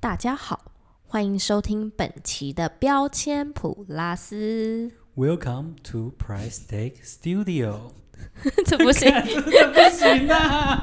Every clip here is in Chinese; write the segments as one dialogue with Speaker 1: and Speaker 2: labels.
Speaker 1: 大家好，欢迎收听本期的标签普拉 斯。
Speaker 2: Welcome to Price Tag Studio。
Speaker 1: 这不 行，
Speaker 2: 真的不行啊！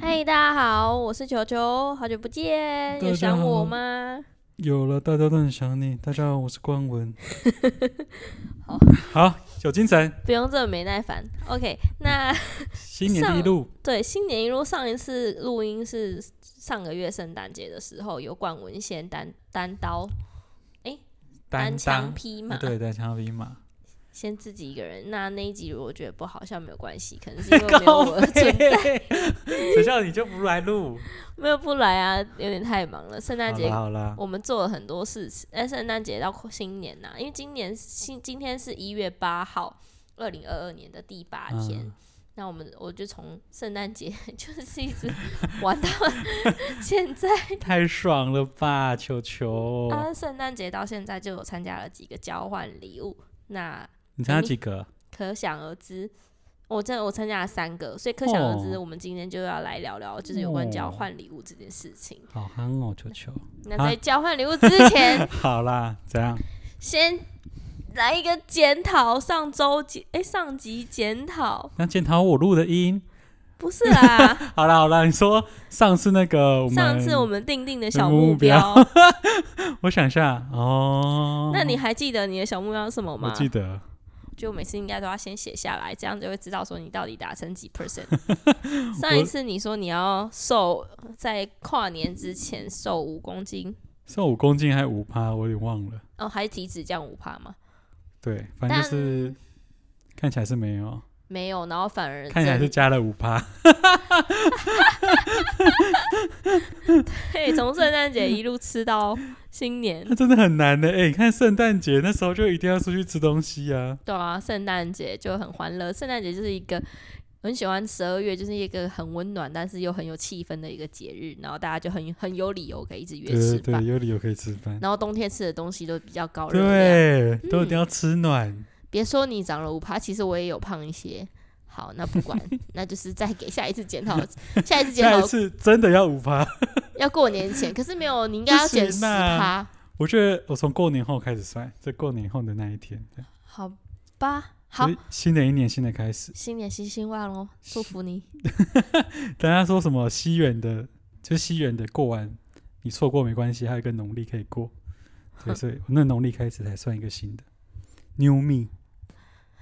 Speaker 1: 嗨，大家好，我是球球，好久不见，
Speaker 2: 大
Speaker 1: 有
Speaker 2: 家
Speaker 1: 想我
Speaker 2: 好
Speaker 1: 吗？
Speaker 2: 有了，大家都很想你。大家好，我是 光文。好，有精神，
Speaker 1: 不用这么没耐烦。OK，那
Speaker 2: 新年第一路，
Speaker 1: 对新年一路，上一次录音是上个月圣诞节的时候，有冠文先单单刀单枪
Speaker 2: 当，
Speaker 1: 匹马，
Speaker 2: 啊对，单枪匹 马。
Speaker 1: 先自己一个人。那那一集如果觉得不好笑没有关系，可能是因为没 有我的存在，
Speaker 2: 学校你就不来录？
Speaker 1: 没有不来啊，有点太忙了。圣
Speaker 2: 好
Speaker 1: 诞节
Speaker 2: 啦好啦，
Speaker 1: 我们做了很多事情，但圣诞节到新年呐、因为今年新今天是一月八号，二零二二年的第八天。
Speaker 2: 嗯
Speaker 1: 那我们我就从圣诞节 就是一直玩 到现在
Speaker 2: 太爽了吧，球球！
Speaker 1: 啊，圣诞节到现在就有参加了几个交换礼物，那
Speaker 2: 你参加几个？
Speaker 1: 可想而知，我真的我参加了三个，所以可想而知，
Speaker 2: 哦
Speaker 1: 我们今天就要来聊聊就是有关交
Speaker 2: 哦
Speaker 1: 换礼物这件事情。
Speaker 2: 好憨哦，球 球。
Speaker 1: 那
Speaker 2: 啊
Speaker 1: 在交换礼物之前，
Speaker 2: 好啦，怎样？
Speaker 1: 先来一个检讨，上周检哎上集检讨
Speaker 2: 那检讨我录的音。
Speaker 1: 不是啦，
Speaker 2: 好啦好啦，你说上次那个 我们，
Speaker 1: 上次我们定定的小
Speaker 2: 有目
Speaker 1: 目标，
Speaker 2: 我想一下哦，
Speaker 1: 那你还记得你的小目标是什么
Speaker 2: 我
Speaker 1: 吗？
Speaker 2: 记得
Speaker 1: 就每次应该都要先写下来，这样就会知道说你到底达 成几 percent。上一次你说你要瘦，在跨年之前瘦五公斤，
Speaker 2: 瘦五公斤还五趴，我有点忘了。
Speaker 1: 哦，还是体脂降五帕吗？
Speaker 2: 对，反正就是看起来是没有，
Speaker 1: 没有，然后反而
Speaker 2: 看起来
Speaker 1: 增
Speaker 2: 是加了五趴。
Speaker 1: 对，从圣诞节一路吃到新年
Speaker 2: 那 。真的很难的，哎、你看圣诞节那时候就一定要出去吃东西啊。
Speaker 1: 对啊，圣诞节就很欢乐。圣诞节就是一个我很喜欢十二月，就是一个很温暖，但是又很有气氛的一个节日。然后大家就很很有理由可以一直约
Speaker 2: 对
Speaker 1: 吃
Speaker 2: 对
Speaker 1: 饭
Speaker 2: 对，。有理由可以吃饭。
Speaker 1: 然后冬天吃的东西都比较高热量。
Speaker 2: 对，
Speaker 1: 嗯
Speaker 2: 都一定要吃暖。
Speaker 1: 别说你长了五趴，其实我也有胖一些。好，那不管，那就是再给下一次检讨，下一次检
Speaker 2: 下一
Speaker 1: 讨
Speaker 2: 次真的要五趴，
Speaker 1: 要过年前，可是没有，你应该要减
Speaker 2: 不
Speaker 1: 十
Speaker 2: 行啊
Speaker 1: 趴，
Speaker 2: 我觉得我从过年后开始算，在过年后的那一天，这样
Speaker 1: 好吧？好
Speaker 2: 所，以新的一年新的开始。
Speaker 1: 新年新希望喽，祝福你。
Speaker 2: 大家说什么西元的，就西元的过完，你错过没关系，还有一个农历可以过，对，所以那农历开始才算一个新的 new me。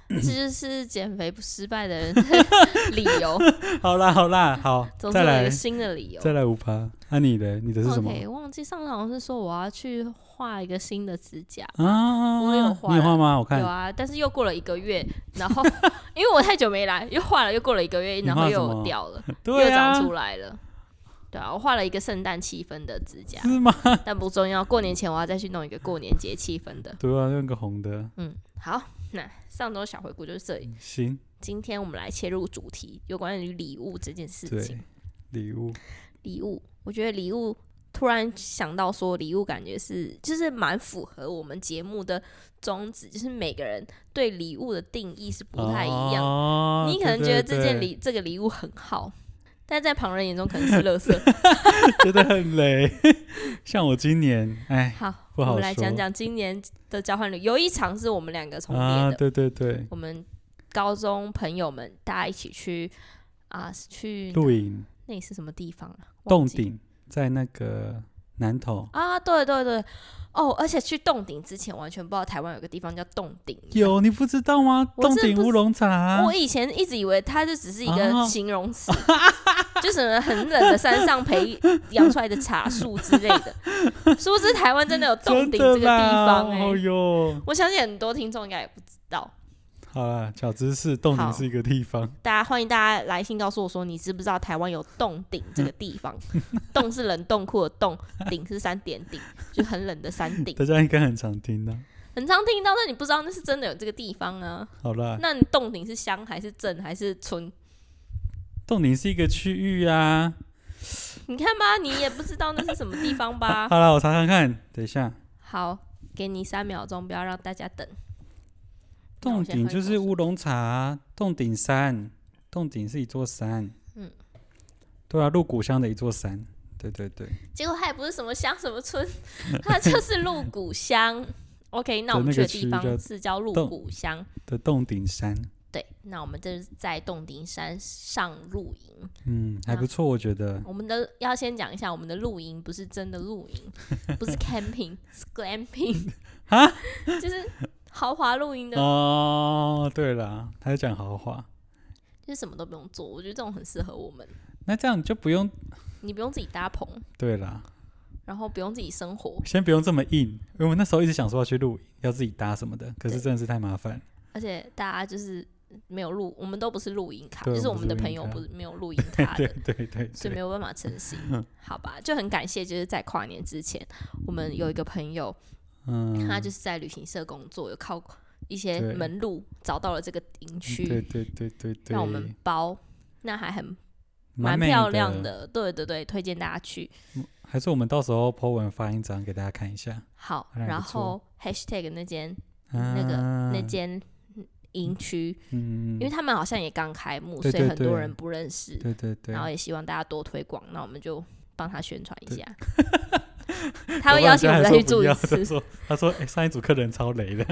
Speaker 1: 这就是减肥不失败的人的 理由。
Speaker 2: 好啦好啦，好
Speaker 1: 总，之
Speaker 2: 再
Speaker 1: 我有一
Speaker 2: 来
Speaker 1: 个新的理由。
Speaker 2: 再来五趴。那、你的你的是什么
Speaker 1: OK，忘记上次好像是说我要去画一个新的指甲，
Speaker 2: 啊？
Speaker 1: 我有画
Speaker 2: 你有画吗？我
Speaker 1: 有
Speaker 2: 看
Speaker 1: 啊，但是又过了一个月，然后 因为我太久没来，又画了，又过了一个月，
Speaker 2: 你
Speaker 1: 然
Speaker 2: 画
Speaker 1: 后
Speaker 2: 什
Speaker 1: 又
Speaker 2: 么
Speaker 1: 掉了，又
Speaker 2: 对啊
Speaker 1: 长，出来了。对啊，我画了一个圣诞气氛的指 甲，
Speaker 2: 是吗？
Speaker 1: 但不重要。过年前我要再去弄一个过年节气氛的。
Speaker 2: 对啊，用个红的，
Speaker 1: 嗯，好，那上周小回顾就是这里。
Speaker 2: 行，
Speaker 1: 今天我们来切入主题，有关于礼物这件事情
Speaker 2: 对。，礼物
Speaker 1: 礼物，我觉得礼物突然想到说，礼物感觉是就是蛮符合我们节目的宗旨，就是每个人对礼物的定义是不太一样。
Speaker 2: 哦、
Speaker 1: 你可能觉得这件
Speaker 2: 对
Speaker 1: 礼这个礼物很好，但在旁人眼中可能是垃圾。
Speaker 2: 对觉得很雷， 像我今年，哎
Speaker 1: 好，
Speaker 2: 不好
Speaker 1: 我们来
Speaker 2: 说
Speaker 1: 讲讲今年的交换礼物，有一场是我们两个重叠
Speaker 2: 啊，
Speaker 1: 的，
Speaker 2: 对对对，
Speaker 1: 我们高中朋友们大家一起去啊、是去
Speaker 2: 露营。
Speaker 1: 那里是什么地方啊？忘
Speaker 2: 洞
Speaker 1: 记
Speaker 2: 顶在那个南头
Speaker 1: 啊，对对对，哦，而且去洞顶之前完全不知道台湾有个地方叫洞顶。
Speaker 2: 有，啊你不知道吗？
Speaker 1: 我
Speaker 2: 洞
Speaker 1: 真的
Speaker 2: 顶
Speaker 1: 不
Speaker 2: 乌龙茶
Speaker 1: 我，以前一直以为它就只是一个
Speaker 2: 啊
Speaker 1: 形容词， 就什么很冷的山上培养出来的茶树之类的，殊不知台湾真的有洞
Speaker 2: 真
Speaker 1: 顶这
Speaker 2: 的
Speaker 1: 个地
Speaker 2: 啦！
Speaker 1: 方哎、
Speaker 2: 哦哟，
Speaker 1: 我相信很多听众应该也不知道，
Speaker 2: 好啦，小知识，洞
Speaker 1: 好
Speaker 2: 顶是一个地方，
Speaker 1: 大家欢迎大家来信告诉我说，你知不知道台湾有洞顶这个地 方？洞是冷冻库的洞，顶是山点顶，就很冷的山顶，
Speaker 2: 大家应该很常听的。
Speaker 1: 很常听到，但你不知道那是真的有这个地方啊。
Speaker 2: 好啦，
Speaker 1: 那你洞顶是乡还是镇还是村？
Speaker 2: 洞顶是一个区域啊，
Speaker 1: 你看吧，你也不知道那是什么地方 吧？
Speaker 2: 好了，我查看看，等一下，
Speaker 1: 好，给你三秒钟，不要让大家等。那我
Speaker 2: 洞
Speaker 1: 先
Speaker 2: 顶
Speaker 1: 喝一
Speaker 2: 就
Speaker 1: 口
Speaker 2: 是
Speaker 1: 水
Speaker 2: 乌龙茶，洞顶山，洞顶是一座山，
Speaker 1: 嗯，
Speaker 2: 对啊，鹿谷乡的一座山，对对对，
Speaker 1: 结果它也不是什么乡什么村， 它就是鹿谷乡。OK，那我们
Speaker 2: 那
Speaker 1: 去
Speaker 2: 个
Speaker 1: 的
Speaker 2: 区
Speaker 1: 地
Speaker 2: 域叫
Speaker 1: 方是叫鹿
Speaker 2: 洞
Speaker 1: 谷乡。
Speaker 2: 的洞顶山，
Speaker 1: 对，那我们这是在洞顶山上露营。
Speaker 2: 嗯，还
Speaker 1: 啊
Speaker 2: 不错，我觉得，
Speaker 1: 我们的要先讲一下，我们的露营不是真的露 营，不是 camping，是 glamping
Speaker 2: 啊，
Speaker 1: 就是豪华露营的，
Speaker 2: 哦，对了，他在讲豪华，
Speaker 1: 就是什么都不用做。我觉得这种很适合我们，
Speaker 2: 那这样就不用，
Speaker 1: 你不用自己搭棚，
Speaker 2: 对啦，
Speaker 1: 然后不用自己生活，
Speaker 2: 先不用这么硬，因为我那时候一直想说要去露营，要自己搭什么的，可是
Speaker 1: 对
Speaker 2: 真的是太 麻烦，
Speaker 1: 而且大家就是没有露，我们都不是露营咖，
Speaker 2: 对
Speaker 1: 就是
Speaker 2: 我
Speaker 1: 我
Speaker 2: 们
Speaker 1: 们
Speaker 2: 不
Speaker 1: 的朋
Speaker 2: 是露营
Speaker 1: 友
Speaker 2: 咖
Speaker 1: 不是没有 露营咖
Speaker 2: 对
Speaker 1: 的。
Speaker 2: 对对
Speaker 1: 所以没
Speaker 2: 对，
Speaker 1: 有办法成型，好吧，就很感谢，就是在跨年之前，我们有一个朋友，
Speaker 2: 嗯，
Speaker 1: 他就是在旅行社工作，有靠一些
Speaker 2: 对嗯
Speaker 1: 门路找到了这个营区，
Speaker 2: 对对对对对，
Speaker 1: 让我们包，那还很蛮
Speaker 2: 蛮美
Speaker 1: 漂亮，的，对对对，推荐大家去。
Speaker 2: 还是我们到时候 po 文发一张给大家看一下，
Speaker 1: 好，
Speaker 2: 那还不
Speaker 1: 然
Speaker 2: 错
Speaker 1: 后 hashtag 那间那个
Speaker 2: 啊
Speaker 1: 那间营区，因
Speaker 2: 嗯，
Speaker 1: 为他们好像也刚开幕，
Speaker 2: 对
Speaker 1: 所以
Speaker 2: 对
Speaker 1: 很多
Speaker 2: 对
Speaker 1: 人不认识，
Speaker 2: 对对对
Speaker 1: 然，后也希望大家多推广，那我们就帮他宣传一下。 他
Speaker 2: 搞
Speaker 1: 会
Speaker 2: 不好
Speaker 1: 邀请我们
Speaker 2: 人
Speaker 1: 再
Speaker 2: 家还
Speaker 1: 去
Speaker 2: 说不
Speaker 1: 住一
Speaker 2: 要他
Speaker 1: 次，
Speaker 2: 说他说哎上一组客人超雷的，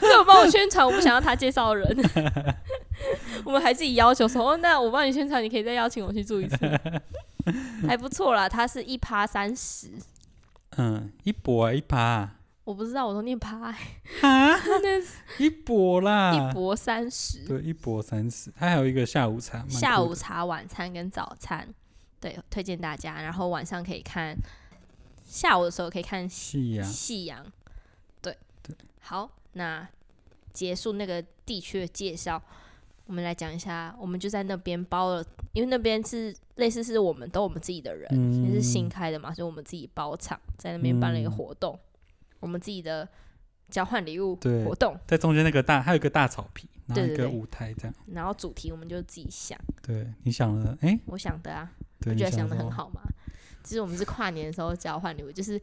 Speaker 1: 对我帮我宣传，我不想要他介绍人。 我们还自己要求说，哦，那我帮你宣传，你可以再邀请我去住一 次，还不错啦。他是一趴三十，
Speaker 2: 嗯，一波啊一趴啊
Speaker 1: 我不知道，我都念趴、欸，
Speaker 2: 啊，
Speaker 1: 真的是
Speaker 2: 一波啦
Speaker 1: 一，博三十，
Speaker 2: 对，一波三十，它还有一个下午茶，蛮酷
Speaker 1: 下午
Speaker 2: 的
Speaker 1: 茶、晚餐跟早餐，对，推荐大家。然后晚上可以看，下午的时候可以看夕
Speaker 2: 夕阳，
Speaker 1: 夕阳，对，好，那结束那个地区的介绍，我们来讲一下，我们就在那边包了，因为那边是类似是我们都我们自己的人，
Speaker 2: 嗯
Speaker 1: 也是新开的嘛，所以我们自己包场，在那边办了一个
Speaker 2: 嗯
Speaker 1: 活动，我们自己的交换礼物
Speaker 2: 对
Speaker 1: 活动，
Speaker 2: 在中间那个大，还有一个大草皮，然后
Speaker 1: 对
Speaker 2: 一
Speaker 1: 对
Speaker 2: 个
Speaker 1: 对
Speaker 2: 舞台这样，
Speaker 1: 然后主题我们就自己想，
Speaker 2: 对，你想了，哎，
Speaker 1: 我想的啊。
Speaker 2: 对，
Speaker 1: 不
Speaker 2: 你
Speaker 1: 觉得想
Speaker 2: 了
Speaker 1: 的
Speaker 2: 什
Speaker 1: 很
Speaker 2: 么，
Speaker 1: 好吗？其实我们是跨年的时候交换礼物，就是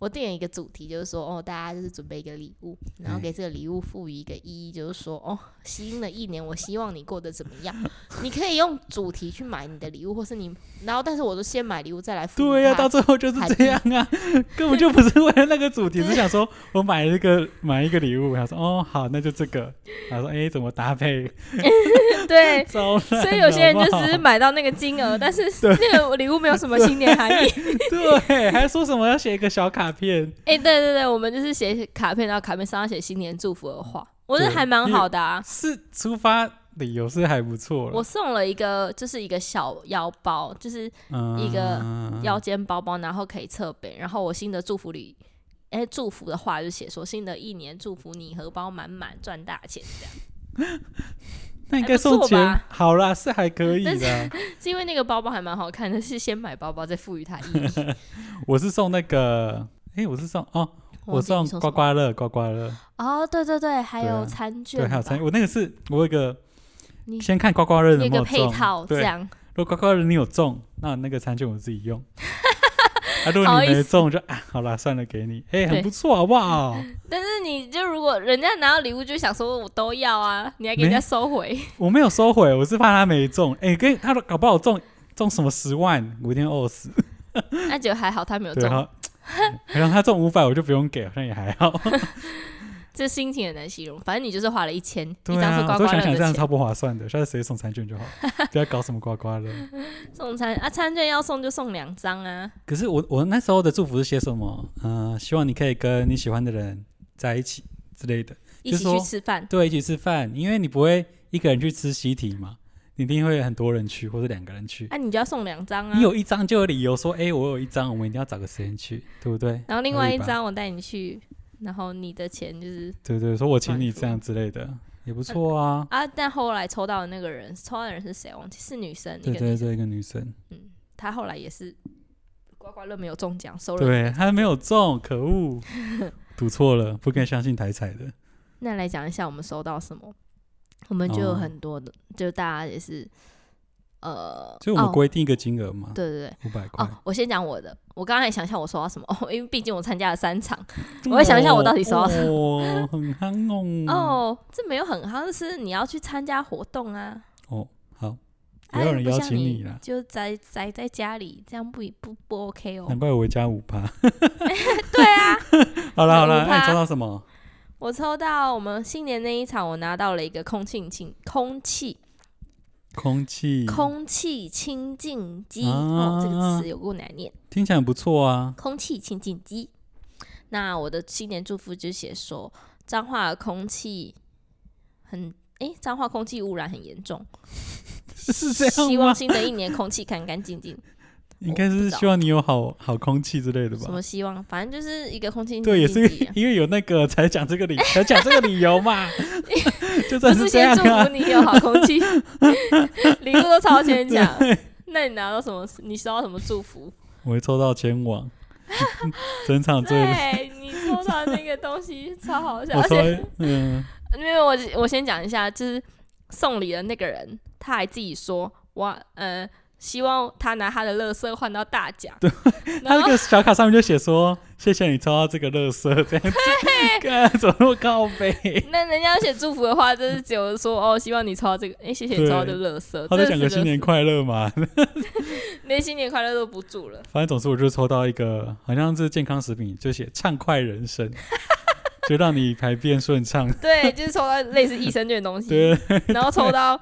Speaker 1: 我定了一个主题，就是说哦，大家就是准备一个礼物，然后
Speaker 2: 哎
Speaker 1: 给这个礼物赋予一个意义，就是说哦，新的一年我希望你过得怎么 样？你可以用主题去买你的礼物，或是你，然后但是我都先买礼物再来赋予
Speaker 2: 对呀、
Speaker 1: 它
Speaker 2: 到最后就是
Speaker 1: 海
Speaker 2: 这样啊， 根本就不是为了那个 主题，只想说我买了一个买一个礼物，他说哦好，那就这个，他说哎怎么 搭配，。
Speaker 1: 对
Speaker 2: 糟了，
Speaker 1: 所以有些人就只 是
Speaker 2: 是
Speaker 1: 买到那个金额，但是 那个礼物没有什么新年含义。
Speaker 2: 对，还说什么要写一个小卡片，
Speaker 1: 哎、对对对，我们就是写卡片，然后卡片上要写新年祝福的话，我觉得
Speaker 2: 嗯对
Speaker 1: 还蛮
Speaker 2: 因为
Speaker 1: 好的啊。
Speaker 2: 是出发理由是还不错
Speaker 1: 我
Speaker 2: 了，
Speaker 1: 送了一个，就是一个小腰包，就是
Speaker 2: 嗯
Speaker 1: 一个腰间包包，然后可以侧背。然后我新的祝福里，哎、祝福的话就写说新的一年祝福你荷包满满，赚大钱这样。
Speaker 2: 那应
Speaker 1: 还
Speaker 2: 该
Speaker 1: 不
Speaker 2: 送
Speaker 1: 错
Speaker 2: 钱
Speaker 1: 吧，
Speaker 2: 好啦，是还可以
Speaker 1: 但是
Speaker 2: 的，
Speaker 1: 是因为那个包包还蛮好看的，是先买包包再赋予它意义。
Speaker 2: 我是送那个，哎我是送哦， 我
Speaker 1: 忘记你送
Speaker 2: 送
Speaker 1: 什
Speaker 2: 刮
Speaker 1: 么
Speaker 2: 刮乐，刮刮乐。
Speaker 1: 哦，对对对，还
Speaker 2: 对啊
Speaker 1: 有餐券吧，
Speaker 2: 对，还有餐，我那个是我有一个
Speaker 1: 你
Speaker 2: 先看刮刮乐
Speaker 1: 有
Speaker 2: 有
Speaker 1: 一
Speaker 2: 没
Speaker 1: 个
Speaker 2: 有
Speaker 1: 配
Speaker 2: 中，
Speaker 1: 套这
Speaker 2: 对，
Speaker 1: 样。
Speaker 2: 如果刮刮乐你有中，那那个餐券我自己 用。啊，如
Speaker 1: 好
Speaker 2: 果你
Speaker 1: 意
Speaker 2: 没
Speaker 1: 思
Speaker 2: 中，就啊，好啦，算了，给你，哎、很
Speaker 1: 对
Speaker 2: 不错，好不好？
Speaker 1: 但是你就如果人家拿到礼物就想说我都要啊，你还给
Speaker 2: 没
Speaker 1: 人家收 回，
Speaker 2: 我没有收回，我是怕他没中，哎、跟他搞不好中中什么十万，我一定要饿死。
Speaker 1: 那就还好他没有
Speaker 2: 对，然
Speaker 1: 中，
Speaker 2: 后然后他中五百，我就不用给，好像也还好。
Speaker 1: 这心情很难形容。反正你就是花了一千，
Speaker 2: 对
Speaker 1: 一张是
Speaker 2: 啊，
Speaker 1: 刮
Speaker 2: 我都
Speaker 1: 刮乐
Speaker 2: 想
Speaker 1: 的
Speaker 2: 想
Speaker 1: 钱
Speaker 2: 这。样超不划算的，下次直接送餐券就好，不要搞什么刮刮乐。
Speaker 1: 送餐啊，餐券要送就送两张啊，
Speaker 2: 可是我我那时候的祝福是写什么？嗯、希望你可以跟你喜欢的人在一起之类的。
Speaker 1: 一
Speaker 2: 就
Speaker 1: 起
Speaker 2: 说
Speaker 1: 去吃饭。
Speaker 2: 对，一起吃饭，因为你不会一个人去吃西提嘛，你一定会很多人去或者两个人去。
Speaker 1: 那、你就要送两张啊
Speaker 2: 你。有一张就有理由说，哎、我有一张，我们一定要找个时间去，对不对？
Speaker 1: 然后另外一
Speaker 2: 合理吧
Speaker 1: 张我带你去，然后你的钱就是
Speaker 2: 对对，说我请
Speaker 1: 没
Speaker 2: 你
Speaker 1: 错
Speaker 2: 这样之类的，也不错啊。
Speaker 1: 啊。但后来抽到的那个人，抽到的人是谁？忘记是女生，一
Speaker 2: 对
Speaker 1: 个女
Speaker 2: 对
Speaker 1: 生。
Speaker 2: 对，一个女生，
Speaker 1: 她后来也是刮刮乐没有中奖，收了。
Speaker 2: 对，她没有中，可 恶，赌错了，不该相信台彩的。
Speaker 1: 那来讲一下我们收到什么，我们就有很多的，就大家也是呃，
Speaker 2: 所以我们
Speaker 1: 哦
Speaker 2: 规定一个金额嘛，
Speaker 1: 对对对，
Speaker 2: 五百块
Speaker 1: 哦。，我先讲我的，我刚才想一下我收到什么哦，因为毕竟我参加了三场，我会想一下我到底收到什
Speaker 2: 么。哦，很憨哦。
Speaker 1: 哦，这没有很好，就是你要去参加活动啊，
Speaker 2: 哦，好，
Speaker 1: 哎，
Speaker 2: 没有人
Speaker 1: 不
Speaker 2: 邀
Speaker 1: 像
Speaker 2: 请
Speaker 1: 你
Speaker 2: 你啦。
Speaker 1: 就宅宅在家里，这样不不不 OK 哦
Speaker 2: 难。怪我会加五趴。
Speaker 1: 对啊，
Speaker 2: 好了好了，
Speaker 1: 5%
Speaker 2: 那你收到什么？
Speaker 1: 我抽到我们新年那一场，我拿到了一个空气清空气
Speaker 2: 空气，
Speaker 1: 空气清净机、
Speaker 2: 嗯啊
Speaker 1: 哦，这个词有够难念，
Speaker 2: 听起来很不 错啊。
Speaker 1: 空气清净机。那我的新年祝福就写说，彰化的空气很诶，彰化空气污染很严重，
Speaker 2: 是 这
Speaker 1: 希
Speaker 2: 样
Speaker 1: 望
Speaker 2: 吗？
Speaker 1: 新的一年空气干干净净。
Speaker 2: 应
Speaker 1: 我
Speaker 2: 该
Speaker 1: 不
Speaker 2: 是
Speaker 1: 知道
Speaker 2: 希望你有好好空气之类的
Speaker 1: 什
Speaker 2: 吧
Speaker 1: 么？希望，反正就是一个空气清
Speaker 2: 对，也是
Speaker 1: 净机、啊。
Speaker 2: 因为有那个才讲这个理，才讲这个理 由嘛，
Speaker 1: 不
Speaker 2: 就 算
Speaker 1: 是
Speaker 2: 这
Speaker 1: 先
Speaker 2: 样
Speaker 1: 祝福
Speaker 2: 啊。
Speaker 1: 你有好空 气，礼物都超先讲。那你拿到什么？你收到什么祝福？
Speaker 2: 我会抽到前网， 整场最
Speaker 1: 对你抽到那个东西超好笑，
Speaker 2: 哦我
Speaker 1: 而
Speaker 2: 抽
Speaker 1: 且
Speaker 2: 嗯，
Speaker 1: 因为我我先讲一下，就是送礼的那个人，他还自己说我呃希望他拿他的垃圾换到大奖，
Speaker 2: 他
Speaker 1: 然
Speaker 2: 那
Speaker 1: 后
Speaker 2: 个小卡上面就写说：“谢谢你抽到这个乐色，这样子， 干怎么那么靠背？
Speaker 1: 那人家写祝福的话，就是只有说哦，希望你抽到这个，哎、谢谢你抽到这个垃圾，
Speaker 2: 他
Speaker 1: 真的
Speaker 2: 在
Speaker 1: 是
Speaker 2: 讲个新年
Speaker 1: 垃圾，
Speaker 2: 快乐嘛，
Speaker 1: 连新年快乐都不住了。
Speaker 2: 反正总之我就抽到一个，好像是健康食品，就写畅快人 生，就让你排便顺畅。
Speaker 1: 对，就是抽到类似益生菌的东西，
Speaker 2: 对
Speaker 1: 然后抽到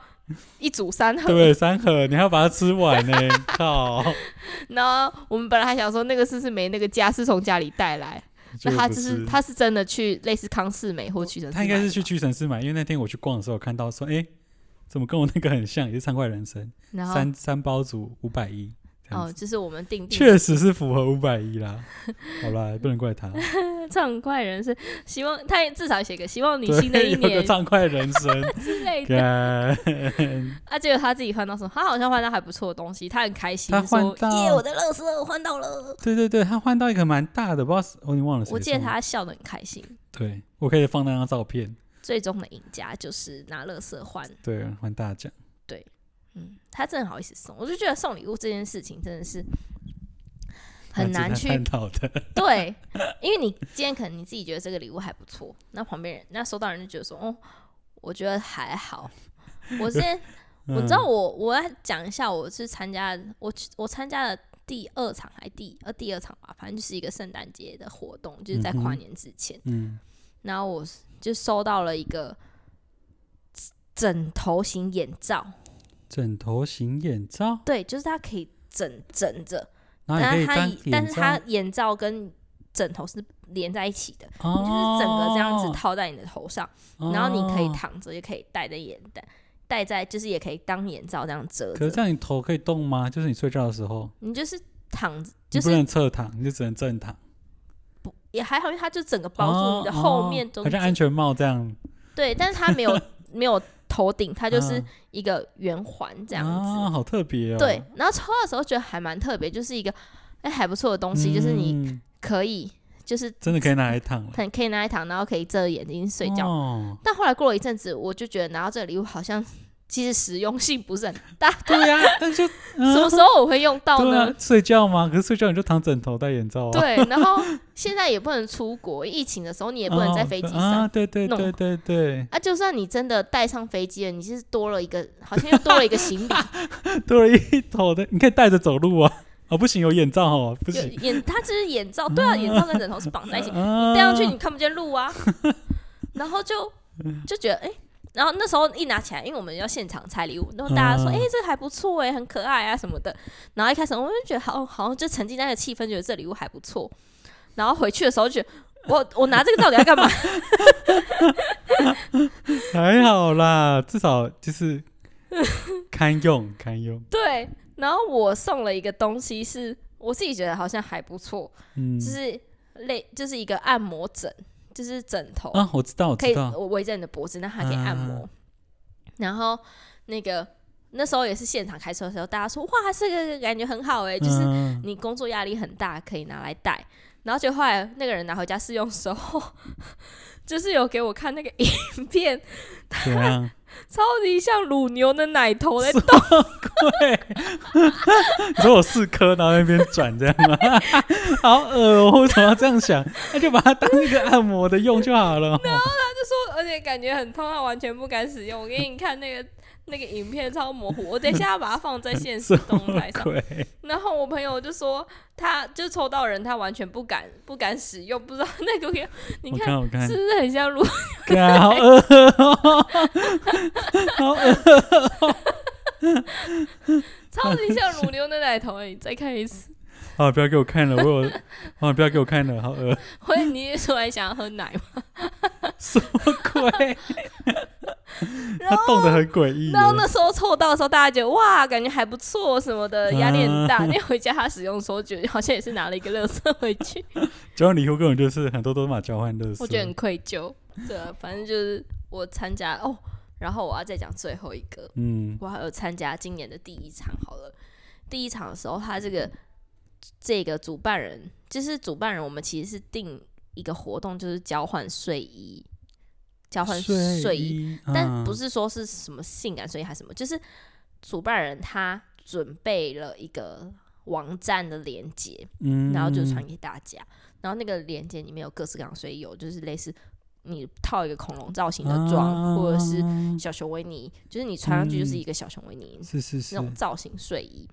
Speaker 1: 一组三盒，
Speaker 2: 对，三盒你还要把它吃完呢、 靠！
Speaker 1: 然后我们本来还想说那个是不是没那个家是从家里带来，
Speaker 2: 结
Speaker 1: 那
Speaker 2: 果
Speaker 1: 他
Speaker 2: 不
Speaker 1: 就是是他是真的去类似康世美或屈臣氏买的吧，
Speaker 2: 他应该是去屈臣氏买，因为那天我去逛的时候看到说，哎、怎么跟我那个很像，也是畅快人生，
Speaker 1: 然后
Speaker 2: 三三包组五百一，这
Speaker 1: 哦，
Speaker 2: 样子，
Speaker 1: 就是我们定定
Speaker 2: 确实是符合五百一啦。好啦，不能怪他。
Speaker 1: 畅快人生，希望他也至少写个希 望你
Speaker 2: 对，
Speaker 1: 新的一
Speaker 2: 有个
Speaker 1: 年
Speaker 2: 畅快人 生，
Speaker 1: 之类的。
Speaker 2: 干
Speaker 1: 啊，结果他自己换到什么？他好像换到还不错的东西，他很开心，
Speaker 2: 他
Speaker 1: 说
Speaker 2: 换到
Speaker 1: 耶，我的乐色我换到了。
Speaker 2: 对对对，他换到一个蛮大的，不知道是我已经忘了谁送
Speaker 1: 我
Speaker 2: 的。
Speaker 1: 记得他笑得很开心。
Speaker 2: 对我可以放那张照片，
Speaker 1: 最终的赢家就是拿乐色换，
Speaker 2: 对，换大奖。
Speaker 1: 嗯，他真的好意思送，我就觉得送礼物这件事情真的是
Speaker 2: 蛮
Speaker 1: 很
Speaker 2: 值
Speaker 1: 难
Speaker 2: 得
Speaker 1: 去
Speaker 2: 探讨的，
Speaker 1: 对，因为你今天可能你自己觉得这个礼物还不错，那旁边人那收到人就觉得说，哦，我觉得还好。我之前、我知道
Speaker 2: 嗯
Speaker 1: 我我要讲一下，我是参加我去我参加了第二场还第呃第二场吧，反正就是一个圣诞节的活动，就是在
Speaker 2: 嗯
Speaker 1: 跨
Speaker 2: 哼
Speaker 1: 年之前，
Speaker 2: 嗯，
Speaker 1: 然后我就收到了一个枕头型眼罩，
Speaker 2: 枕头型眼罩，
Speaker 1: 对，就是它可以枕枕着，
Speaker 2: 然
Speaker 1: 但
Speaker 2: 后啊也
Speaker 1: 是
Speaker 2: 可
Speaker 1: 它
Speaker 2: 以当
Speaker 1: 以但
Speaker 2: 眼
Speaker 1: 是它
Speaker 2: 罩，
Speaker 1: 眼罩跟枕头是连在一起的。你就
Speaker 2: 哦，
Speaker 1: 是整个这样子套在你的头上，
Speaker 2: 哦，
Speaker 1: 然后你可以躺着，也可以戴着眼戴戴在，就是也可以当眼罩这样遮
Speaker 2: 可
Speaker 1: 着。
Speaker 2: 是这样你头可以动吗？就是你睡觉的时候，
Speaker 1: 你就是躺着，
Speaker 2: 你
Speaker 1: 就
Speaker 2: 不
Speaker 1: 是
Speaker 2: 能侧躺，你就只能正躺，
Speaker 1: 也还好，因为它就整个包住你的
Speaker 2: 哦
Speaker 1: 后
Speaker 2: 哦
Speaker 1: 面中
Speaker 2: 好像
Speaker 1: 间。
Speaker 2: 安全帽这样，
Speaker 1: 对，但是它没 有没有头顶，它就是
Speaker 2: 嗯
Speaker 1: 一个圆环这样
Speaker 2: 啊，
Speaker 1: 子。
Speaker 2: 好特别哦。
Speaker 1: 对，然后抽到的时候觉得还蛮特别，就是一个哎还不错的东西，就是你
Speaker 2: 嗯
Speaker 1: 可以就是
Speaker 2: 真的可以拿来躺了，
Speaker 1: 很可以拿来躺，然后可以遮着眼睛 睡觉。
Speaker 2: 哦
Speaker 1: 但后来过了一阵子，我就觉得拿到这个礼物好像 其实实用性不 是很大，
Speaker 2: 对呀、但就
Speaker 1: 什么时候我会用到
Speaker 2: 对啊
Speaker 1: 呢？，
Speaker 2: 睡觉吗？可是睡觉你就躺枕头戴眼罩啊，
Speaker 1: 对，然后现在也不能出国，疫情的时候你也
Speaker 2: 也
Speaker 1: 不能在飞机上。
Speaker 2: 啊，对对
Speaker 1: 弄
Speaker 2: 对对对，
Speaker 1: 啊，就算你真的带上飞机了，你是多了一个，好像又多了一个行 李，
Speaker 2: 多了一头的，你可以戴着走路啊，哦不行，有眼罩哦，不
Speaker 1: 有
Speaker 2: 行，
Speaker 1: 眼，它只是眼罩，
Speaker 2: 嗯
Speaker 1: 对啊，眼罩跟枕头是绑在一起，
Speaker 2: 啊
Speaker 1: 戴上去你看不见路啊，然后就就觉得哎、诶然后那时候一拿起来，因为我们要现场拆礼物，然后大家说哎、
Speaker 2: 嗯
Speaker 1: 诶这个还不错哎、很可爱啊什么的，然后一开始我就觉得好，好像就沉浸在那个气氛，觉得这礼物还不错，然后回去的时候就觉得我我拿这个到底要干嘛？
Speaker 2: 还好啦，至少就是 堪用堪用，
Speaker 1: 对，然后我送了一个东西是，我自己觉得好像还不错，
Speaker 2: 嗯
Speaker 1: 就，是类就是一个按摩枕，就是枕头，
Speaker 2: 啊，我知道我啊
Speaker 1: 可以
Speaker 2: 知道，
Speaker 1: 我围着你的脖子，那它可以按摩。然后那个那时候也是现场开车的时候，大家说哇，这个感觉很好哎、就是
Speaker 2: 嗯
Speaker 1: 你工作压力很大，可以拿来带。然后就后来那个人拿回家试用的时候， 就是有给我看那个影片，
Speaker 2: 怎样？
Speaker 1: 超级像乳牛的奶头欸在动，
Speaker 2: 对，你说我四颗，然后在那边转这样 吗？好恶哦、我为什么要这样想？那就把它当一个按摩的用就好了哦、
Speaker 1: 说而且感觉很痛，他完全不敢使用。我给你看那个那个影片超模糊，我等一下要把它放在现实
Speaker 2: 什
Speaker 1: 动
Speaker 2: 么
Speaker 1: 态上。
Speaker 2: 鬼？
Speaker 1: 然后我朋友就说，他就抽到人，他完全不敢不敢使用，不知道那个给你
Speaker 2: 我
Speaker 1: 看
Speaker 2: 看，我看
Speaker 1: 是，不是很像乳
Speaker 2: 看，好恶哦、好恶，
Speaker 1: 超级像乳牛的奶头、欸？你再看一次，
Speaker 2: 好，不要给我看了，我有，好，不要给我看了，好恶，
Speaker 1: 会你也突然想要喝奶吗？
Speaker 2: 什么鬼？
Speaker 1: 然
Speaker 2: 它动得很诡异耶，
Speaker 1: 然后那时候抽到的时候，大家觉得哇，感觉还不错什么的，压力很大。那、回家他使用的时候，觉得好像也是拿了一个乐色回去，
Speaker 2: 交换礼物根本就是很多都是嘛交换乐色，
Speaker 1: 我觉得很愧疚。对啊，反正就是我参加哦，然后我要再讲最后一个，
Speaker 2: 嗯，
Speaker 1: 我还有参加今年的第一场好了。第一场的时候，他这个这个主办人就是主办人，我们其实是定一个活动，就是交换睡衣，交换睡衣，
Speaker 2: 衣，
Speaker 1: 但不
Speaker 2: 嗯
Speaker 1: 是说是什么性感睡衣还是什么，就是主办人他准备了一个网站的链接，
Speaker 2: 嗯
Speaker 1: 然后就传给大家。然后那个链接里面有各式各样的睡衣，有就是类似你套一个恐龙造型的
Speaker 2: 啊
Speaker 1: 装，或者是小熊维尼，就是你穿上去就是一个小熊维尼、
Speaker 2: 是是嗯是
Speaker 1: 那，种造型睡衣，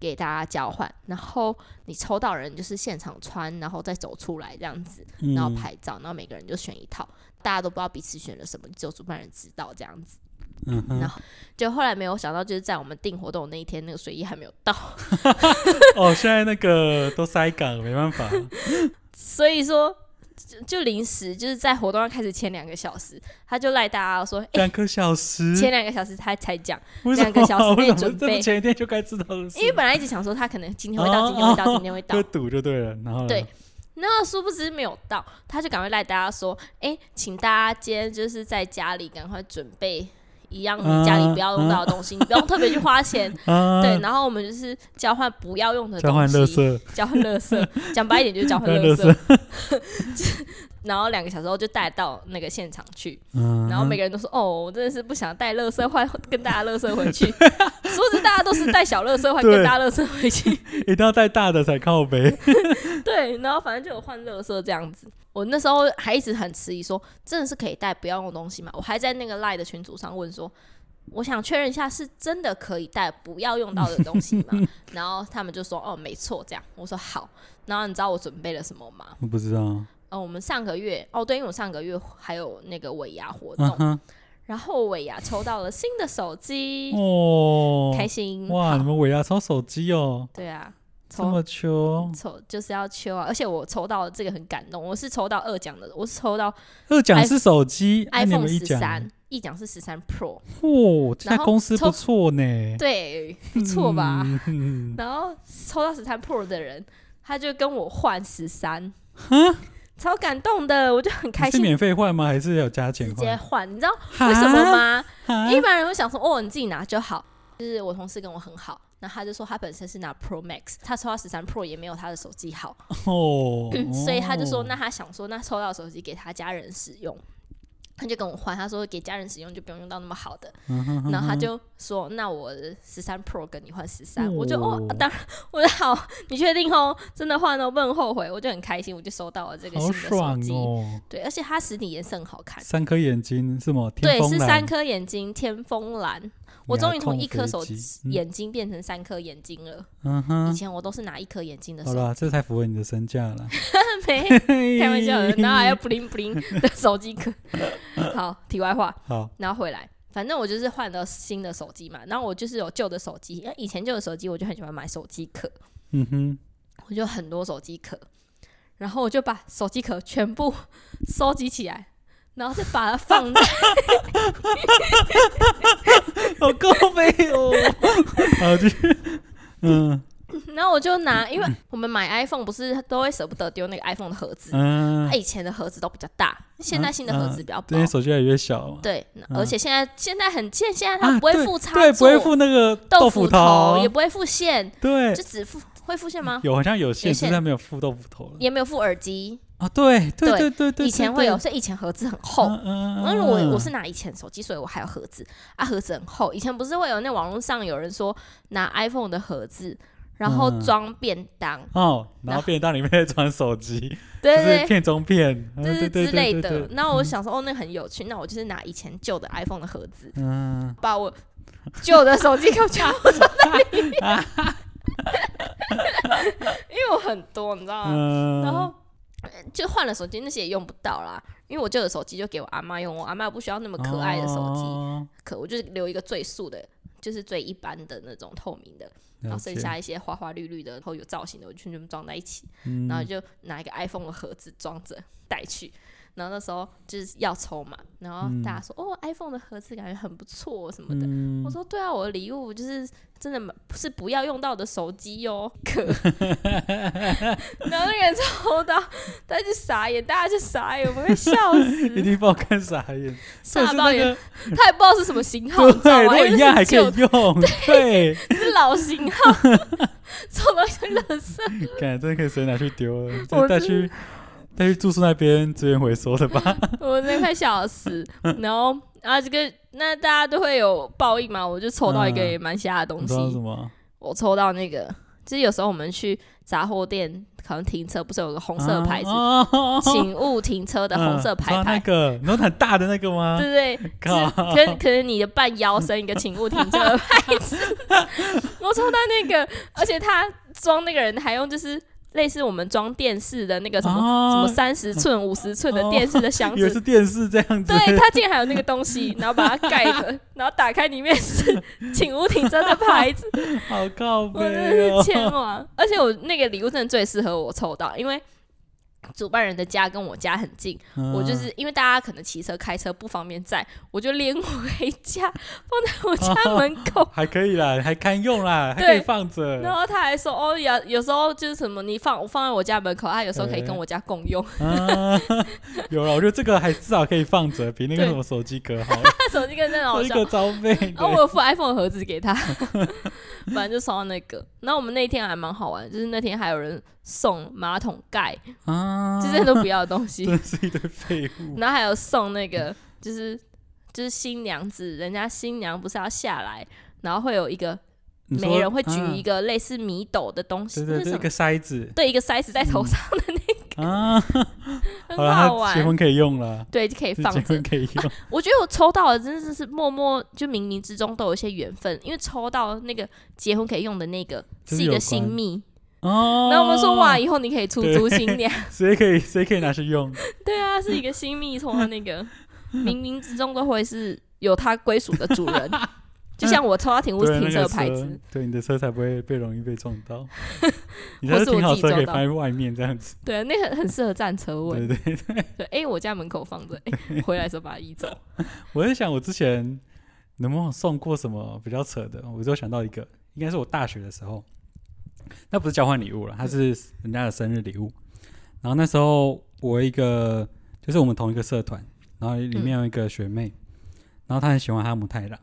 Speaker 1: 给大家交换。然后你抽到人就是现场穿，然后再走出来这样子，然后
Speaker 2: 嗯
Speaker 1: 拍照，然后每个人就选一套，大家都不知道彼此选了什么，只有主办人知道这样子。
Speaker 2: 嗯哼
Speaker 1: 然后就后来没有想到，就是在我们订活动的那一天，那个睡衣还没有到，
Speaker 2: 哦，现在那个都塞港，没办法。
Speaker 1: 所以说。就就临时就是在活动要开始前两个小时，他就赖大家说，哎、
Speaker 2: 两个小时，
Speaker 1: 前两个小时他才讲，
Speaker 2: 为什么
Speaker 1: 两个小时内
Speaker 2: 为什么
Speaker 1: 准备
Speaker 2: 这么前一天就该知道的事，
Speaker 1: 因为本来一直想说他可能今天会到，今天会到，今天会到
Speaker 2: 就，赌就哦对了。然后呢
Speaker 1: 对，那殊不知没有到，他就赶快赖大家说：“哎、请大家今天就是在家里赶快准备一样你家里不要用到的东西，你不用特别去花钱。
Speaker 2: 啊，
Speaker 1: 对，，然后我们就是交换不要用的
Speaker 2: 交换
Speaker 1: 东
Speaker 2: 乐
Speaker 1: 西，
Speaker 2: 色，
Speaker 1: 交换乐色， 讲白一点就是交换
Speaker 2: 交换
Speaker 1: 乐
Speaker 2: 垃圾
Speaker 1: 色。 然后两个小时后就带到那个现场去，
Speaker 2: 嗯，
Speaker 1: 然后每个人都说：“哦，我真的是不想带乐色换跟大家乐色回去。” 殊不知大家都是带小乐色换
Speaker 2: 对
Speaker 1: 跟大家乐色回去。
Speaker 2: 哎一定要带大的才靠 背。
Speaker 1: 对，然后反正就有换乐色这样子。我那时候还一直很迟疑说，真的是可以带不要用的东西吗？我还在那个赖的群组上问说，我想确认一下，是真的可以带不要用到的东西吗？ 然后他们就说，哦，没错，这样。我说好。然后你知道我准备了什么吗？
Speaker 2: 我不知 道，
Speaker 1: 呃，我们上个月，哦，对，因为我上个月还有那个尾牙活
Speaker 2: 嗯
Speaker 1: 动，
Speaker 2: 哼，
Speaker 1: 然后尾牙抽到了新的手机，
Speaker 2: 哦，
Speaker 1: 开心
Speaker 2: 哇，
Speaker 1: 好
Speaker 2: 你们尾牙抽手机哦，
Speaker 1: 对啊，
Speaker 2: 这
Speaker 1: 抽哎
Speaker 2: 么秋，
Speaker 1: 抽就是要抽啊！而且我抽到这个很感动，我是抽到二奖的，我是抽到
Speaker 2: 二奖是手 机啊你
Speaker 1: iPhone
Speaker 2: 们一
Speaker 1: 十
Speaker 2: 奖，
Speaker 1: 三，一奖是十三 Pro，
Speaker 2: 哦，这
Speaker 1: 然
Speaker 2: 家
Speaker 1: 后
Speaker 2: 公司
Speaker 1: 抽
Speaker 2: 不错呢，
Speaker 1: 对，不错吧？
Speaker 2: 嗯？嗯
Speaker 1: 然后抽到十三 Pro 的人，他就跟我换十 三，超感动的，我就很开
Speaker 2: 是
Speaker 1: 心，
Speaker 2: 免费换吗？还是要加钱
Speaker 1: 直接
Speaker 2: 换？啊
Speaker 1: 换。你知道为什么吗？
Speaker 2: 哈？
Speaker 1: 一般人会想说，哦，你自己拿就好。就是我同事跟我很好，那他就说他本身是拿 Pro Max，他抽到十三 Pro 也没有他的手机好，
Speaker 2: 哦，
Speaker 1: 嗯所以他就说，
Speaker 2: 哦
Speaker 1: 那他想说，那抽到手机给他家人使用，他就跟我换，他说给家人使用就不用用到那么好的，
Speaker 2: 嗯哼哼
Speaker 1: 然后他
Speaker 2: 哼
Speaker 1: 就说，那我十三 Pro 跟你换十三，我就
Speaker 2: 哦
Speaker 1: 哦，啊当然，我说好，你确定哦，真的换哦，不能后悔，我就很开心，我就收到了这个
Speaker 2: 好
Speaker 1: 新的手
Speaker 2: 爽
Speaker 1: 机，
Speaker 2: 哦！
Speaker 1: 对，而且它实体颜色很好看，
Speaker 2: 三颗眼睛是吗？天
Speaker 1: 对，
Speaker 2: 风
Speaker 1: 是
Speaker 2: 蓝
Speaker 1: 三，颗眼睛，天风蓝，我终于从一颗手
Speaker 2: 机，嗯
Speaker 1: 眼睛变成三颗眼睛了，
Speaker 2: 嗯
Speaker 1: 以
Speaker 2: 哼，
Speaker 1: 前我都是拿一颗眼睛的
Speaker 2: 好
Speaker 1: 手，
Speaker 2: 啦，这才符合你的身价啦。
Speaker 1: 没。开玩笑的，
Speaker 2: 嗯
Speaker 1: 然后还要布灵布灵 的手机壳。好，题外话，
Speaker 2: 好，
Speaker 1: 然后回来，反正我就是换了新的手机嘛，然后我就是有旧的手机，因为以前旧的手机我就很喜欢买手机壳，
Speaker 2: 嗯哼，
Speaker 1: 我就很多手机壳，然后我就把手机壳全部收集起来，然后再把它放 在
Speaker 2: 好够费哦。好，继续，嗯，
Speaker 1: 然后我就拿，因为我们买 iPhone 不是都会舍不得丢那个 iPhone 的盒子，
Speaker 2: 嗯
Speaker 1: 它，以前的盒子都比较大，现在新的盒子比较薄
Speaker 2: 对，因。为手机越来越小嘛。
Speaker 1: 对，那
Speaker 2: 嗯
Speaker 1: 而且现在现在很贱，现在它
Speaker 2: 啊，
Speaker 1: 不会
Speaker 2: 对
Speaker 1: 附插座，
Speaker 2: 对，不会附那个
Speaker 1: 豆
Speaker 2: 腐
Speaker 1: 头，
Speaker 2: 头
Speaker 1: 也，不会附线，
Speaker 2: 对
Speaker 1: 就，只附会附线吗？
Speaker 2: 有好像有线，
Speaker 1: 有
Speaker 2: 只
Speaker 1: 线
Speaker 2: 是它没有附豆腐头了。
Speaker 1: 也没有附耳机，
Speaker 2: 啊，对对
Speaker 1: 对
Speaker 2: 对对对，
Speaker 1: 以前
Speaker 2: 对
Speaker 1: 会有，
Speaker 2: 对
Speaker 1: 所以以前盒子很厚。
Speaker 2: 嗯嗯，
Speaker 1: 因为我我是拿以前手机，所以我还有盒子啊，盒子很厚。以前不是会有那网络上有人说拿 iPhone 的盒子，然后
Speaker 2: 嗯
Speaker 1: 装便当，
Speaker 2: 哦，然
Speaker 1: 然
Speaker 2: 后
Speaker 1: 后
Speaker 2: 便当里面再装手机，
Speaker 1: 对
Speaker 2: 就
Speaker 1: 对
Speaker 2: 是
Speaker 1: 对，
Speaker 2: 片中片，嗯
Speaker 1: 就是
Speaker 2: 对对
Speaker 1: 之类
Speaker 2: 对对
Speaker 1: 的
Speaker 2: 对。嗯
Speaker 1: 那我想说，哦，那很有趣，那我就是拿以前旧的 iPhone 的盒子，
Speaker 2: 嗯，
Speaker 1: 把我旧的手机给我夹我装 在里面，因为我很多，你知道吗？
Speaker 2: 嗯
Speaker 1: 哦然后呃就换了手机，那些也用不到啦，因为我旧的手机就给我阿妈用，我阿妈不需要那么可爱的手机，
Speaker 2: 哦
Speaker 1: 可我就是留一个最素的。就是最一般的那种透明的，然后
Speaker 2: 了
Speaker 1: 剩
Speaker 2: 解
Speaker 1: 下一些花花绿绿的，然后有造型的，我就全部装在一起。
Speaker 2: 嗯
Speaker 1: 然后就拿一个 iPhone 的盒子装着带去。然后那时候就是要抽嘛，然后大家说、哦，iPhone 的盒子感觉很不错什么的。
Speaker 2: 嗯
Speaker 1: 我说对啊，我的礼物就是真的蛮是不要用到的手机哟、 可。然后那个人抽到，他就傻眼，大家就傻眼，我们会笑
Speaker 2: 一
Speaker 1: 死，
Speaker 2: 定爆看傻眼，
Speaker 1: 傻
Speaker 2: 就是
Speaker 1: 爆
Speaker 2: 那
Speaker 1: 眼，
Speaker 2: 个
Speaker 1: 他也不知道是什么型号，
Speaker 2: 对，
Speaker 1: 你知道
Speaker 2: 如
Speaker 1: 吗？因
Speaker 2: 果
Speaker 1: 为
Speaker 2: 一样还
Speaker 1: 哎是
Speaker 2: 可以
Speaker 1: 旧的，
Speaker 2: 用，对，
Speaker 1: 是老型号，抽到就垃圾。
Speaker 2: 感觉真的可以直接拿去丢了，
Speaker 1: 我
Speaker 2: 再带
Speaker 1: 真
Speaker 2: 去带去住宿那边资源回收的吧，
Speaker 1: 我那快笑 死，然后啊，这个那大家都会有报应嘛，我就抽到一个
Speaker 2: 嗯
Speaker 1: 也蛮瞎的东
Speaker 2: 你知
Speaker 1: 西，
Speaker 2: 道什么？
Speaker 1: 我抽到那个，就是有时候我们去杂货店，可能停车不是有个红色的牌子，
Speaker 2: 啊 哦
Speaker 1: 请勿停车的红色
Speaker 2: 嗯知道
Speaker 1: 牌牌，
Speaker 2: 那个，哦你说很大的那个吗？
Speaker 1: 对不对？
Speaker 2: 靠
Speaker 1: 是可能可能你的半腰身一个请勿停车的牌 子，我抽到那个，而且他装那个人还用就是。类似我们装电视的那个什么、
Speaker 2: 啊
Speaker 1: 什么三十寸、五十寸的
Speaker 2: 哦
Speaker 1: 电视的箱
Speaker 2: 以
Speaker 1: 子，
Speaker 2: 为是电视这样子，
Speaker 1: 对他竟然还有那个东西，然后把它盖 着，然后打开里面是“请勿停车”的牌 子，
Speaker 2: 好靠
Speaker 1: 我真的
Speaker 2: 背哦
Speaker 1: 是，欠完。而且我那个礼物真的最适合我抽到，因为主办人的家跟我家很近，我就
Speaker 2: 嗯
Speaker 1: 是因为大家可能骑车、开车不方便载，我就连回家放在我 家门口。
Speaker 2: 还可以啦，还堪用啦，还可以
Speaker 1: 对
Speaker 2: 放着。
Speaker 1: 然后他还说哦，有有时候就是什么，你放我放在我家门口，他有时候可以跟我家共用。
Speaker 2: 啊， 有了，我觉得这个还至少可以放着，比那个
Speaker 1: 对
Speaker 2: 什么手机壳好。
Speaker 1: 他手机跟真的好
Speaker 2: 手
Speaker 1: 笑
Speaker 2: 机，壳招费，
Speaker 1: 然后我有付 iPhone 盒子 给他，反正就收到那个。然后我们那一天还蛮好玩，就是那天还有人送马桶盖，
Speaker 2: 对啊，
Speaker 1: 就是都不要的东 西
Speaker 2: 真，的是一堆废物。
Speaker 1: 然后还有送那个，就是就是新娘子，人家新娘不是要下来，然后会有一个
Speaker 2: 你说
Speaker 1: 每人会举一
Speaker 2: 个，
Speaker 1: 个类似米斗的东西，
Speaker 2: 对
Speaker 1: 那
Speaker 2: 对
Speaker 1: 是
Speaker 2: 对，
Speaker 1: 什
Speaker 2: 一
Speaker 1: 么？
Speaker 2: 个筛 子
Speaker 1: 对，一个塞子在头上的
Speaker 2: 啊，
Speaker 1: 那
Speaker 2: 好
Speaker 1: 个，很好
Speaker 2: 了，他结
Speaker 1: 玩。哎
Speaker 2: 婚可以用了，
Speaker 1: 对，就可以
Speaker 2: 是
Speaker 1: 放
Speaker 2: 结
Speaker 1: 着
Speaker 2: 婚。可以 用。
Speaker 1: 我觉得我抽到的真的是默默，就冥冥之中都有一些缘分，因为抽到那个结婚可以用的那个
Speaker 2: 就是
Speaker 1: 是一个
Speaker 2: 有
Speaker 1: 新
Speaker 2: 关
Speaker 1: 密，
Speaker 2: 哦，
Speaker 1: 然后我们说哇，，以后你可以出租新 娘，
Speaker 2: 谁可以谁可以拿去用？
Speaker 1: 对啊，是一个新密从的那 个，冥冥之中都会是有它归属的主 人，就像我抽到停屋
Speaker 2: 对
Speaker 1: 停
Speaker 2: 那
Speaker 1: 车
Speaker 2: 个
Speaker 1: 的牌
Speaker 2: 车
Speaker 1: 子，，
Speaker 2: 对你的车才不会被容易被撞 到。你
Speaker 1: 或
Speaker 2: 要是
Speaker 1: 是我
Speaker 2: 停好
Speaker 1: 自己
Speaker 2: 车可以
Speaker 1: 撞到
Speaker 2: 放在外面这样子，
Speaker 1: 对，啊那个很适合占车位
Speaker 2: 对，对
Speaker 1: 对，哎，我家门口放着，哎，回来的时候把它移 走，
Speaker 2: 我在想，我之前能不能送过什么比较扯的？我就想到一个，应该是我大学的时候，那不是交换礼物了，它是
Speaker 1: 嗯
Speaker 2: 人家的生日礼物。然后那时候我一个就是我们同一个社团，然后里面有一个学妹，然后她很喜欢哈姆太郎。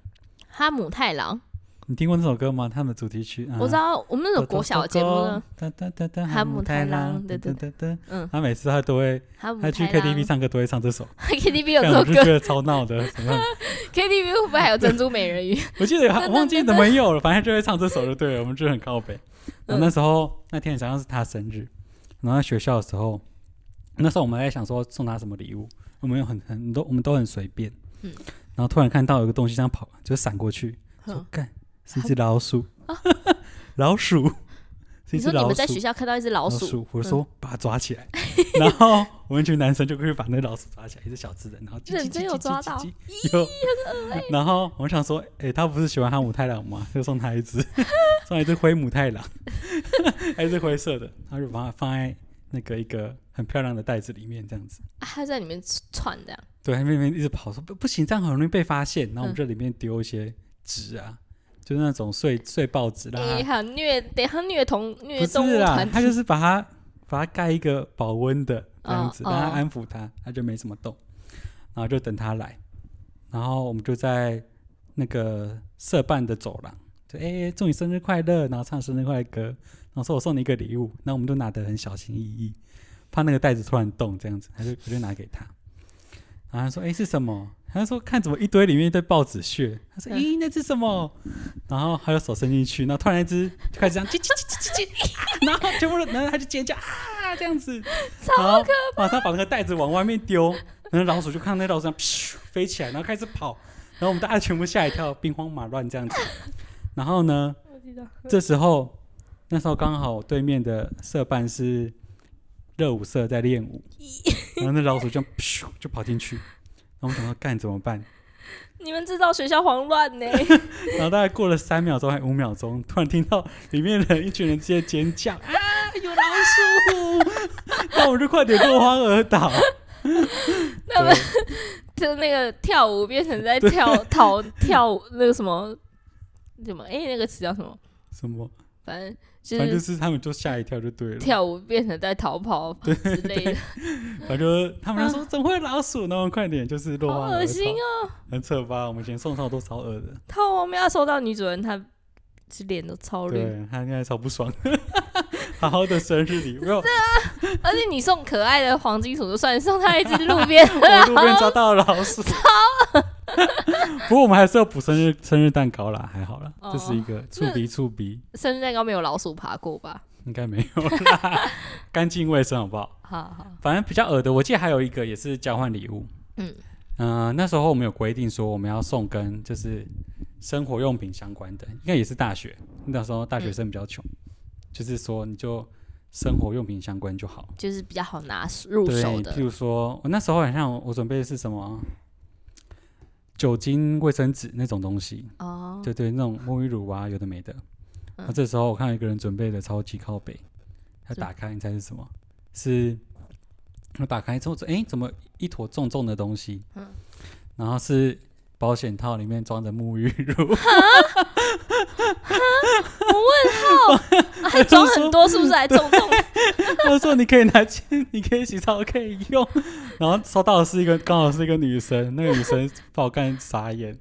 Speaker 1: 哈姆太郎，
Speaker 2: 你听过那首歌吗？他们的主题曲，啊
Speaker 1: 我知道我们那种国小的节目呢，，
Speaker 2: 哒哒哒哒，
Speaker 1: 哈姆太郎
Speaker 2: 哒哒哒哒。
Speaker 1: 嗯，
Speaker 2: 他每次他都会，
Speaker 1: 哈姆
Speaker 2: 他去
Speaker 1: 太郎
Speaker 2: KTV 唱歌都会唱这首，
Speaker 1: KTV 有这
Speaker 2: 但
Speaker 1: 首
Speaker 2: 我就 觉
Speaker 1: 歌
Speaker 2: 得超闹的，怎么样？
Speaker 1: ，KTV 会不会还有珍珠美人 鱼？
Speaker 2: 我记得
Speaker 1: 噔
Speaker 2: 还
Speaker 1: 噔
Speaker 2: 忘记
Speaker 1: 噔
Speaker 2: 怎么有了，反正就会唱这首 就对了，我们就很靠北。
Speaker 1: 嗯
Speaker 2: 然后那时候那天好像是他生日，然后在学校的时候，那时候我们在想说送他什么礼物，我们有很很都我们都很随便，
Speaker 1: 嗯
Speaker 2: 然后突然看到有个东西这样跑，就闪过去，说
Speaker 1: 哼
Speaker 2: 干是一只老鼠， 老鼠，是
Speaker 1: 啊你
Speaker 2: 一只
Speaker 1: 说你
Speaker 2: 老
Speaker 1: 们在学
Speaker 2: 鼠。
Speaker 1: 校看到一只老
Speaker 2: 老
Speaker 1: 鼠，嗯
Speaker 2: 我就说把它抓起来，然后我们一群男生就过去把那老鼠抓起来，一只小只的，然后叽叽
Speaker 1: 认真
Speaker 2: 叽
Speaker 1: 有
Speaker 2: 叽
Speaker 1: 抓
Speaker 2: 叽
Speaker 1: 到
Speaker 2: 叽有，然后我想说，哎、他不是喜欢哈姆太郎吗？就送他一只， 送一只灰母太郎， 还是灰色的，他就把它放在那个一个很漂亮的袋子里面，这样子。
Speaker 1: 啊它在里面窜这样。
Speaker 2: 对，他那边一直跑说不不行，这样很容易被发现。然后我们
Speaker 1: 嗯
Speaker 2: 这里面丢一些纸啊，就是那种碎碎报纸啦，
Speaker 1: 哎、好虐，等一下虐童
Speaker 2: 啊不
Speaker 1: 虐
Speaker 2: 是
Speaker 1: 动物
Speaker 2: 啦
Speaker 1: 团，
Speaker 2: 他就
Speaker 1: 体，
Speaker 2: 是把它把它盖一个保温的这样子，
Speaker 1: 哦
Speaker 2: 让它
Speaker 1: 哦
Speaker 2: 安抚它，它就没什么动。然后就等它来，然后我们就在那个社办的走廊，就哎、祝你生日快乐，然后唱生日快乐歌，然后说我送你一个礼物，那我们就拿得很小心翼翼，怕那个袋子突然动这样子，他就我就拿给他。然后他说：“哎、是什么？”他就说：“看怎么一堆里面一堆报纸屑。”他说：“
Speaker 1: 嗯
Speaker 2: 咦、那是什么？”然后他就手伸进去，然后突然一只就开始这样叽叽叽叽叽叽，然后全部人，然后他就尖叫啊这样子，然后马上把那个袋子往外面丢，然后老鼠就看到那老鼠这样咻飞起来，然后开始跑，然后我们大家全部吓一跳，兵荒马乱这样子。然后呢，
Speaker 1: 我知道
Speaker 2: 这时候，那时候刚好对面的社办是热舞社在练舞，然后那老鼠就咻就跑进去，然后我想说干怎么办？
Speaker 1: 你们制造学校慌乱 呢、
Speaker 2: 然后大概过了三秒钟还五秒钟，突然听到里面的一群人直接尖 叫啊有老鼠， 那我就快点落荒而倒。
Speaker 1: 那我们就是那个跳舞变成在跳逃跳舞那个什么什么哎、那个词叫什么？
Speaker 2: 什么？
Speaker 1: 反正就
Speaker 2: 反正就是是他们就吓一跳就对了。
Speaker 1: 嗯跳舞变成在逃跑之类 的，
Speaker 2: 反正就是他们就说怎么会有老鼠呢？快点就是落
Speaker 1: 啊好
Speaker 2: 荒而倒。
Speaker 1: 恶心哦！
Speaker 2: 很扯吧？我们以前送到都超恶的，
Speaker 1: 他我们要收到女主人，她是脸都超绿，
Speaker 2: 对他应该超不爽。 好好的生日礼物，我
Speaker 1: 而且你送可爱的黄金鼠就算，送她一只路 边
Speaker 2: 我路边抓到了老鼠。 不过我们还是要补生日生日蛋糕啦，还好啦，
Speaker 1: 哦
Speaker 2: 这是一个触鼻触鼻，
Speaker 1: 生日蛋糕没有老鼠爬过吧？
Speaker 2: 应该没有 啦，干净卫生好不好？
Speaker 1: 好好，
Speaker 2: 反正比较恶的，我记得还有一个也是交换礼物，
Speaker 1: 嗯
Speaker 2: 嗯、那时候我们有规定说我们要送跟就是生活用品相关的，应该也是大学那时候大学生比较穷，
Speaker 1: 嗯
Speaker 2: 就是说你就生活用品相关就好。
Speaker 1: 就是比较好拿入
Speaker 2: 对，
Speaker 1: 手
Speaker 2: 譬
Speaker 1: 的
Speaker 2: 如说，我那时候好像我准备的是什么酒精、卫生纸那种东西，
Speaker 1: 哦。
Speaker 2: 对对，那种沐浴乳啊，有的没的。那、
Speaker 1: 嗯
Speaker 2: 这时候我看到一个人准备的超级靠北，他打开，你猜是什么？是，我打开之后，哎、怎么一坨重重的东西？
Speaker 1: 嗯
Speaker 2: 然后是保险套里面装着沐浴乳，
Speaker 1: 啊还装很多，是不是还 重重？
Speaker 2: 他说你可以拿去，你可以洗澡，可以用。然后收到的是一个，刚好是一个女生，那个女生把我干傻眼。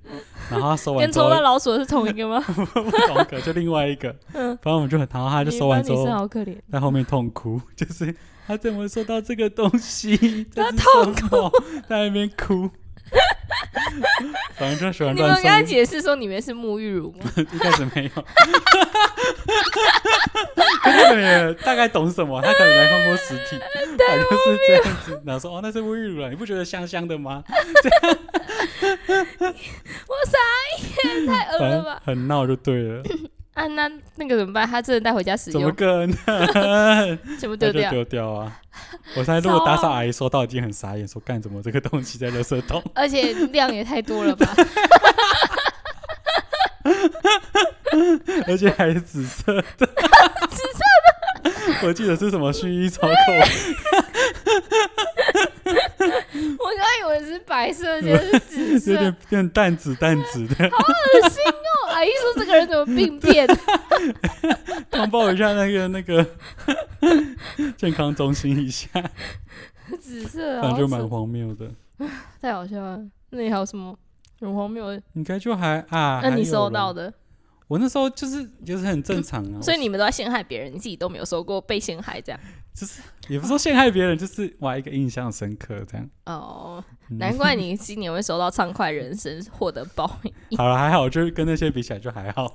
Speaker 2: 然后她收完
Speaker 1: 跟
Speaker 2: 之
Speaker 1: 抽
Speaker 2: 后，
Speaker 1: 到老鼠的是同一个 吗？
Speaker 2: 不同个就另外一个，
Speaker 1: 嗯，
Speaker 2: 反正我们就很，然后她就
Speaker 1: 你哦
Speaker 2: 收完
Speaker 1: 班
Speaker 2: 之
Speaker 1: 女生
Speaker 2: 后，
Speaker 1: 好可怜，
Speaker 2: 在后面痛哭，就是她怎么收到这个东 西？这是什么，在那边哭。 反正就喜欢
Speaker 1: 你们
Speaker 2: 乱
Speaker 1: 跟他
Speaker 2: 送，
Speaker 1: 解释说里面是沐浴乳吗？
Speaker 2: 一开始没有，他可能也大概懂什么，他可能没看过实体，他就是这样子，然后说哦那是沐浴乳啊，你不觉得香香的吗？
Speaker 1: 我傻眼，太恶
Speaker 2: 反
Speaker 1: 了
Speaker 2: 正
Speaker 1: 吧！
Speaker 2: 很闹就对了，
Speaker 1: 啊，那那个怎么办？他真的带回家使
Speaker 2: 怎么
Speaker 1: 用，
Speaker 2: 可 能？
Speaker 1: 全部
Speaker 2: 那
Speaker 1: 丢
Speaker 2: 就
Speaker 1: 掉。
Speaker 2: 丢掉啊！我猜如果打扫阿姨收到，已经很傻眼，说干怎么这个东西在垃圾桶？
Speaker 1: 而且量也太多 了吧？
Speaker 2: 而且还是紫色的，紫色 的，我记得是什么薰衣草口
Speaker 1: 我刚以为是白色，结果是紫
Speaker 2: 味，有
Speaker 1: 色
Speaker 2: 点，变淡紫淡紫的。
Speaker 1: 恶心哦！阿姨说这个人怎么病 变？
Speaker 2: 通报一下那个那个健康中心一下，
Speaker 1: 紫色
Speaker 2: 反正就蛮
Speaker 1: 好
Speaker 2: 荒谬的。
Speaker 1: 扯太好笑了。那你还有什么很荒谬的？
Speaker 2: 应该就还啊，
Speaker 1: 那你收
Speaker 2: 的？
Speaker 1: 到的，
Speaker 2: 我那时候就是就是很正常啊，
Speaker 1: 所以你们都在陷害别人，你自己都没有收过被陷害这样。
Speaker 2: 也不是说陷害别人，就是哇一个印象深刻这样。
Speaker 1: 哦，
Speaker 2: 嗯
Speaker 1: 难怪你今年会收到畅快人生获得报应，
Speaker 2: 好了，还好，就是跟那些比起来就还好。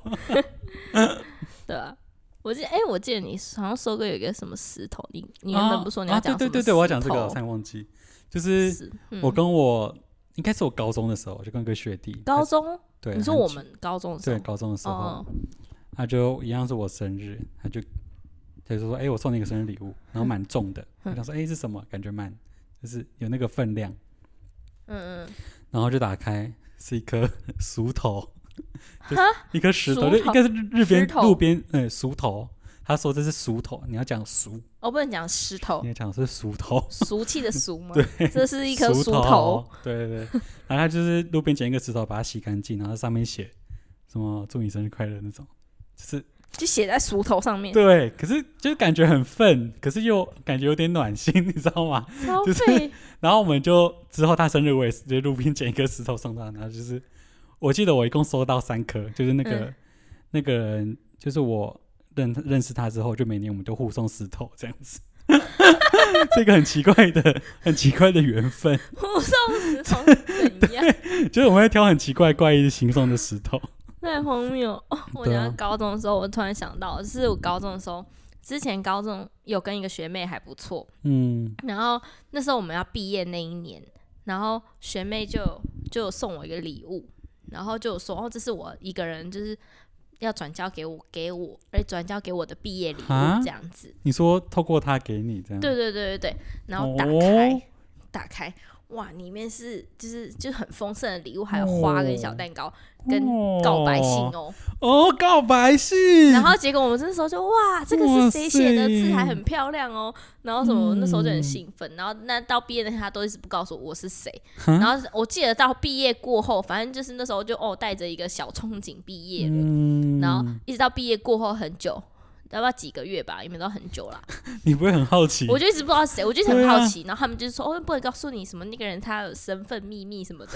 Speaker 1: 对吧、我记得，哎、我记得你好像收过有一个什么石头，你你原本不说你要
Speaker 2: 啊
Speaker 1: 讲、
Speaker 2: 啊？对对对对，我要讲这个，
Speaker 1: 个
Speaker 2: 我差。点忘记。就是
Speaker 1: 是，嗯
Speaker 2: 我跟我、应该是我高中的时候，就跟个学弟，
Speaker 1: 高中，
Speaker 2: 对，
Speaker 1: 你说
Speaker 2: 很
Speaker 1: 我
Speaker 2: 久
Speaker 1: 们高中的时
Speaker 2: 对
Speaker 1: 候，
Speaker 2: 高中的时候，
Speaker 1: 哦，
Speaker 2: 他就一样是我生日，他就他就说：“哎、我送你一个生日礼物，然后蛮重的。
Speaker 1: 嗯
Speaker 2: 我想说：“哎、是什么？感觉蛮就是有那个分量。
Speaker 1: 嗯嗯，”
Speaker 2: 然后就打开，是一颗 熟头，就是
Speaker 1: 哈
Speaker 2: 一颗石头，
Speaker 1: 熟
Speaker 2: 就
Speaker 1: 头
Speaker 2: 应该是日日
Speaker 1: 石
Speaker 2: 边
Speaker 1: 头
Speaker 2: 路边嗯熟头。他说这是熟头，你要讲熟，
Speaker 1: 我哦不能讲石头
Speaker 2: 你，要讲是熟头。
Speaker 1: 俗气的俗吗？
Speaker 2: 对
Speaker 1: 这 是一 颗
Speaker 2: 熟
Speaker 1: 熟头，
Speaker 2: 对对对，然后他就是路边捡一个石头，把它洗干净，然后上面写什么祝你生日快乐那种，就是
Speaker 1: 就写在书头上面，
Speaker 2: 对，可是就是感觉很愤，可是又感觉有点暖心，你知道吗？
Speaker 1: 超
Speaker 2: 就是
Speaker 1: 费。
Speaker 2: 然后我们就之后他生日，我也是直接路边捡一颗石头送他，然后就是我记得我一共收到三颗，就是那个、
Speaker 1: 嗯
Speaker 2: 那个人，就是我认认识他之后，就每年我们都互送石头这样子， 这个很奇怪的很奇怪的缘分，
Speaker 1: 我送石头是 怎样？
Speaker 2: 就是我们会挑很奇怪怪异行送的石头，
Speaker 1: 太荒谬！哦我
Speaker 2: 对
Speaker 1: 讲
Speaker 2: 啊
Speaker 1: 到高中的时候，我突然想到，就是我高中的时候，之前高中有跟一个学妹还不错，
Speaker 2: 嗯
Speaker 1: 然后那时候我们要毕业那一年，然后学妹就就有送我一个礼物，然后就有说哦，这是我一个人就是要转交给我给我，而转交给我的毕业礼
Speaker 2: 啊
Speaker 1: 物这样子。
Speaker 2: 你说透过他给你这样，
Speaker 1: 对对对对对，然后打开、
Speaker 2: 嗯哦，
Speaker 1: 打开，哇，里面是就是就是很丰盛的礼物，还有花跟小蛋糕、跟告白信
Speaker 2: 哦，
Speaker 1: 哦。
Speaker 2: 哦，告白信，
Speaker 1: 然后结果我们那时候就哇，这个是谁写的字还
Speaker 2: 嗯哇塞
Speaker 1: 很漂亮哦，然后什么，我那时候就很
Speaker 2: 嗯
Speaker 1: 兴奋。然后那到毕业那天，他都一直不告诉我是谁。
Speaker 2: 哈
Speaker 1: 然后我记得到毕业过后，反正就是那时候就哦带着一个小憧憬毕业了，
Speaker 2: 嗯
Speaker 1: 然后一直到毕业过后很久。要不要几个月吧？也没到很久啦。
Speaker 2: 你不会很好奇？
Speaker 1: 我就一直不知道是谁，我就一直很
Speaker 2: 嗯对啊
Speaker 1: 好奇。然后他们就说：“哦，不能告诉你什么那个人他有身份秘密什么的。”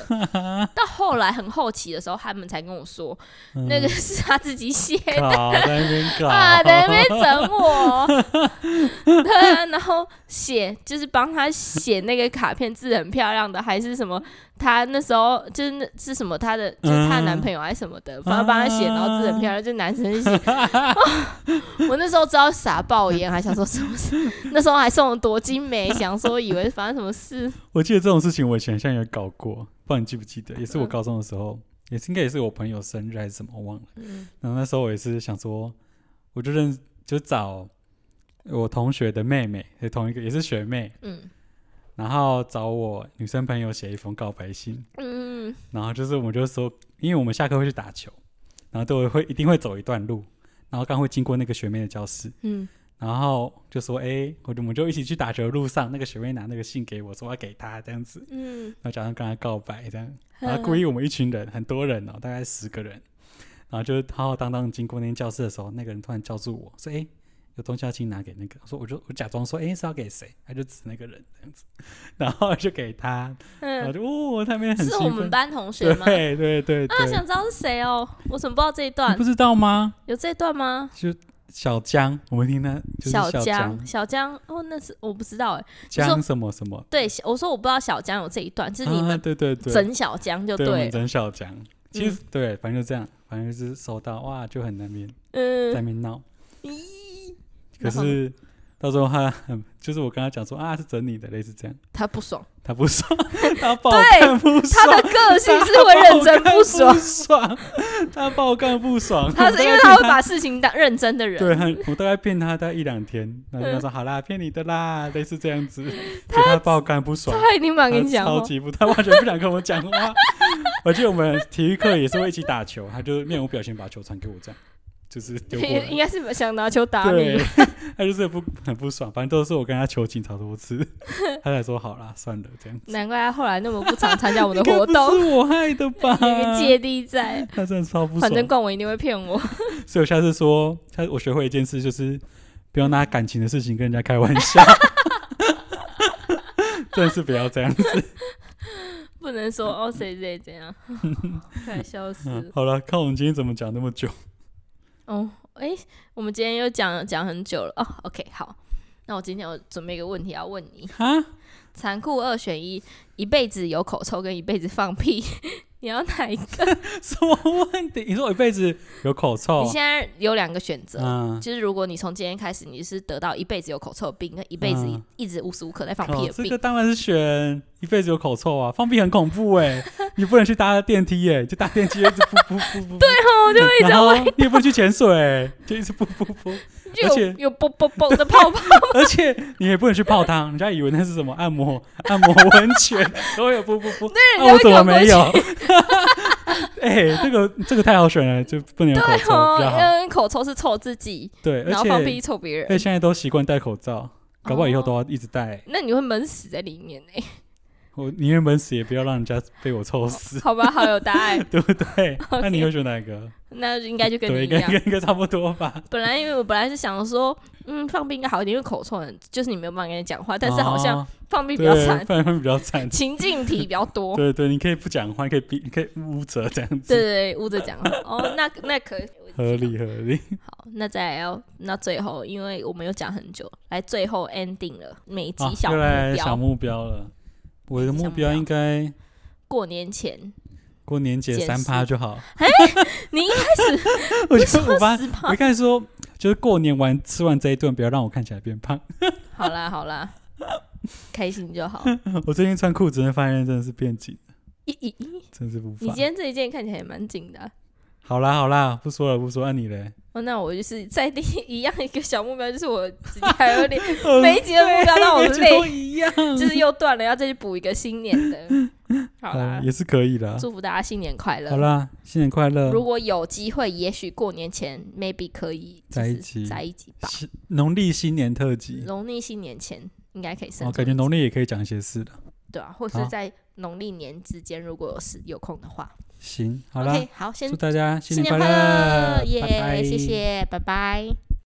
Speaker 1: 到后来很好奇的时候，他们才跟我说，
Speaker 2: 嗯
Speaker 1: 那个是他自己写的。
Speaker 2: 搞在那边搞，
Speaker 1: 啊，在那边整我， 对啊，然后写就是帮他写那个卡片，字很漂亮的，还是什么？他那时候就是那是什么？他的就是她
Speaker 2: 嗯
Speaker 1: 男朋友还是什么 的，反正帮他写，然后字很漂亮，就男生写。哦我那时候知道傻爆眼，还想说什么事？那时候还送了多精美，想说以为反正什么事，
Speaker 2: 我记得这种事情我以前好像有搞过，不知道你记不记得？也是
Speaker 1: 嗯
Speaker 2: 我高中的时候，也是应该也是我朋友生日还是什么，我忘了。
Speaker 1: 嗯
Speaker 2: 然后那时候我也是想说，我就认就找我同学的妹妹，也同一个也是学妹，
Speaker 1: 嗯
Speaker 2: 然后找我女生朋友写一封告白信，
Speaker 1: 嗯，
Speaker 2: 然后就是我们就说，因为我们下课会去打球，然后都会一定会走一段路，然后刚会经过那个学妹的教室，
Speaker 1: 嗯，
Speaker 2: 然后就说：“哎、我我们就一起去打球的路上，那个学妹拿那个信给我，说要给她这样子，
Speaker 1: 嗯
Speaker 2: 然后假装跟她告白这样，
Speaker 1: 嗯，
Speaker 2: 然后故意我们一群人很多人哦，大概十个人，然后就浩浩荡荡经过那间教室的时候，那个人突然叫住我说：‘哎、有东西要请你拿给那个。’我说我就我假装说：‘哎、是要给谁？’他就指那个人这样子， 然后就给他， 然后
Speaker 1: 嗯，
Speaker 2: 就哦，他们很
Speaker 1: 是我
Speaker 2: 兴
Speaker 1: 们
Speaker 2: 奋，
Speaker 1: 班同学吗？
Speaker 2: 对对对
Speaker 1: 啊，
Speaker 2: 对，
Speaker 1: 想知道是谁哦？我怎么不知道这一
Speaker 2: 你
Speaker 1: 段
Speaker 2: 不？知道吗？
Speaker 1: 有这一段吗？
Speaker 2: 小江，我们听他就是江
Speaker 1: 江，小江，哦，那是我不知道哎。你
Speaker 2: 江
Speaker 1: 说
Speaker 2: 什么什么，
Speaker 1: 对，小我说我不知道小江有这一段，就是你
Speaker 2: 啊、
Speaker 1: 们
Speaker 2: 对对对。
Speaker 1: 整小江就
Speaker 2: 对，我们
Speaker 1: 了。嗯
Speaker 2: 整小讲，其实、对，反正就这样，反正就是收到哇，就很难免在那
Speaker 1: 嗯，
Speaker 2: 边闹。
Speaker 1: 咦
Speaker 2: 可
Speaker 1: 然后呢
Speaker 2: 是到时候他很，就是我跟他讲说啊，是整你的，类似这样，
Speaker 1: 他不爽，
Speaker 2: 他不 爽，他爆
Speaker 1: 对
Speaker 2: 干不
Speaker 1: 他
Speaker 2: 爽
Speaker 1: 的，个性是会认真
Speaker 2: 不
Speaker 1: 不爽，
Speaker 2: 爽， 他爆干不爽，
Speaker 1: 他
Speaker 2: 我
Speaker 1: 是
Speaker 2: 大
Speaker 1: 因
Speaker 2: 概
Speaker 1: 为
Speaker 2: 骗
Speaker 1: 他会把事情当认真的人，
Speaker 2: 对，很我大概骗他大概一两天，然后就跟他说
Speaker 1: 嗯
Speaker 2: 好啦，骗你的啦，类似这样子，给他爆干不爽。
Speaker 1: 他一定不想跟你讲哦
Speaker 2: 超
Speaker 1: 话。
Speaker 2: 级不，他完全不想跟我讲话。 我记得我们体育课也是会一起打球，他就面无表情把球传给我，这样就是丢过
Speaker 1: 应应
Speaker 2: 来。
Speaker 1: 该是想拿球打
Speaker 2: 对
Speaker 1: 你，，
Speaker 2: 他就是不很不爽，反正都是我跟他求情超多次，他才说好啦，算了这样。
Speaker 1: 难怪他后来那么不常参加我们的
Speaker 2: 应该
Speaker 1: 活
Speaker 2: 不
Speaker 1: 动，
Speaker 2: 是我害的吧？
Speaker 1: 有一个芥蒂在。
Speaker 2: 他真的超不
Speaker 1: 反
Speaker 2: 爽
Speaker 1: 正。冠伟一定会骗我，
Speaker 2: 所以我下次说，他我学会一件事，就是不要拿感情的事情跟人家开玩 笑。 真的是不要这样子。
Speaker 1: 不能说哦谁谁怎 样，快笑死了
Speaker 2: 嗯。好了，看我们今天怎么讲那么久。
Speaker 1: 哦，诶，我们今天又讲讲很久了哦。OK，好，那我今天有准备一个问题要问你：
Speaker 2: 哈，
Speaker 1: 残酷二选一，一辈子有口臭跟一辈子放屁， 你要哪一个？
Speaker 2: 什么问题？你说我一辈子有口臭
Speaker 1: 你？现在有两个选择，
Speaker 2: 哦嗯，
Speaker 1: 就是如果你从今天开始你是得到一辈子有口臭的病，跟一辈子
Speaker 2: 嗯
Speaker 1: 一直无时无刻在放
Speaker 2: 靠
Speaker 1: 屁，的
Speaker 2: 哦这
Speaker 1: 病。
Speaker 2: 个当然是选一辈子有口臭啊！放屁很恐怖 哎、你不能去搭电梯哎、就搭电梯一直噗噗噗噗，对
Speaker 1: 哦，就
Speaker 2: 然后你也不能去潜 水、欸，就一直噗噗噗， 而
Speaker 1: 就有
Speaker 2: 且
Speaker 1: 有啵啵啵的泡泡，
Speaker 2: 而且你也不能去泡汤，人家以为那是什么按摩按摩温泉，都有噗噗噗，
Speaker 1: 对，
Speaker 2: 啊，
Speaker 1: 人
Speaker 2: 我
Speaker 1: 家
Speaker 2: 怎
Speaker 1: 会
Speaker 2: 么
Speaker 1: 赶过
Speaker 2: 没
Speaker 1: 去。
Speaker 2: 有？ 哎、这个这个太好选了，就不 能有口
Speaker 1: 对
Speaker 2: 臭
Speaker 1: 哦，
Speaker 2: 比较好。
Speaker 1: 因为口臭是臭自己，
Speaker 2: 对，而
Speaker 1: 然后放屁
Speaker 2: 且
Speaker 1: 臭别
Speaker 2: 而且
Speaker 1: 人，
Speaker 2: 现在都习惯戴口罩，搞不好以后都要一直戴欸、
Speaker 1: 那你会闷死在里面欸呢、，
Speaker 2: 我宁愿闷死，也不要让人家被我臭死
Speaker 1: 好吧，好有答案。
Speaker 2: 对不对？
Speaker 1: 哦 OK
Speaker 2: 那你会选哪一个？
Speaker 1: 那应该就跟
Speaker 2: 对，
Speaker 1: 你
Speaker 2: 应
Speaker 1: 一
Speaker 2: 该
Speaker 1: 样。
Speaker 2: 应该差不多吧。
Speaker 1: 本来因为我本来是想说，嗯，放屁应该好一点，因为口臭很，就是你没有办法跟人讲话， 但是好像
Speaker 2: 哦
Speaker 1: 放屁比
Speaker 2: 对
Speaker 1: 较惨，。
Speaker 2: 不然比较 惨
Speaker 1: 情境题比较多。
Speaker 2: 对对，你可以不讲话，你可以闭，你可以捂着这 样
Speaker 1: 对
Speaker 2: 子，
Speaker 1: 对对，捂着讲话。哦，那那可以。
Speaker 2: 合理合理。
Speaker 1: 好，那再来要那最后，因为我们有讲很久，来最后 ending 了，每集
Speaker 2: 啊，
Speaker 1: 小
Speaker 2: 又
Speaker 1: 目
Speaker 2: 来
Speaker 1: 标，
Speaker 2: 小目标了。我的
Speaker 1: 小
Speaker 2: 目
Speaker 1: 目
Speaker 2: 标
Speaker 1: 标
Speaker 2: 应该
Speaker 1: 过年前，
Speaker 2: 过年节
Speaker 1: 减
Speaker 2: 三趴就好。
Speaker 1: 哎你一开始
Speaker 2: 我觉得我发，
Speaker 1: 十趴
Speaker 2: 我一开始说就是过年完吃完这一顿，不要让我看起来变胖。
Speaker 1: 好啦好啦，开心就 好。
Speaker 2: 我最近穿裤子，真的发现真的是变紧，
Speaker 1: 咦咦咦，
Speaker 2: 真是无
Speaker 1: 你
Speaker 2: 法
Speaker 1: 今。天这一件看起来也蛮紧的啊、
Speaker 2: 好啦好啦，不说了不说了，那 你嘞？
Speaker 1: 哦，那我就是在第一一样一个小目标，就是我自己还有 点每一集的目标让我
Speaker 2: 每一集都
Speaker 1: 累，
Speaker 2: 一样，
Speaker 1: 就是又断了，要再去补一个新年 的。好啦
Speaker 2: 嗯，也是可以的。
Speaker 1: 祝福大家新年快乐。
Speaker 2: 好啦，新年快乐！
Speaker 1: 如果有机会，也许过年前 maybe 可以
Speaker 2: 在一
Speaker 1: 就是
Speaker 2: 起
Speaker 1: 在一起吧。
Speaker 2: 是农历新年特辑，
Speaker 1: 农历新年前应该可以生
Speaker 2: 哦，
Speaker 1: 出一集，
Speaker 2: 感觉农历也可以讲一些事的。
Speaker 1: 对啊，或
Speaker 2: 好
Speaker 1: 是在农历年之间，如果有时有空的话。
Speaker 2: 行，好啦
Speaker 1: OK，，好，先
Speaker 2: 祝大家新
Speaker 1: 新
Speaker 2: 年
Speaker 1: 年
Speaker 2: 快
Speaker 1: 快乐，
Speaker 2: 乐，
Speaker 1: 耶
Speaker 2: 拜拜，
Speaker 1: 谢谢，拜拜。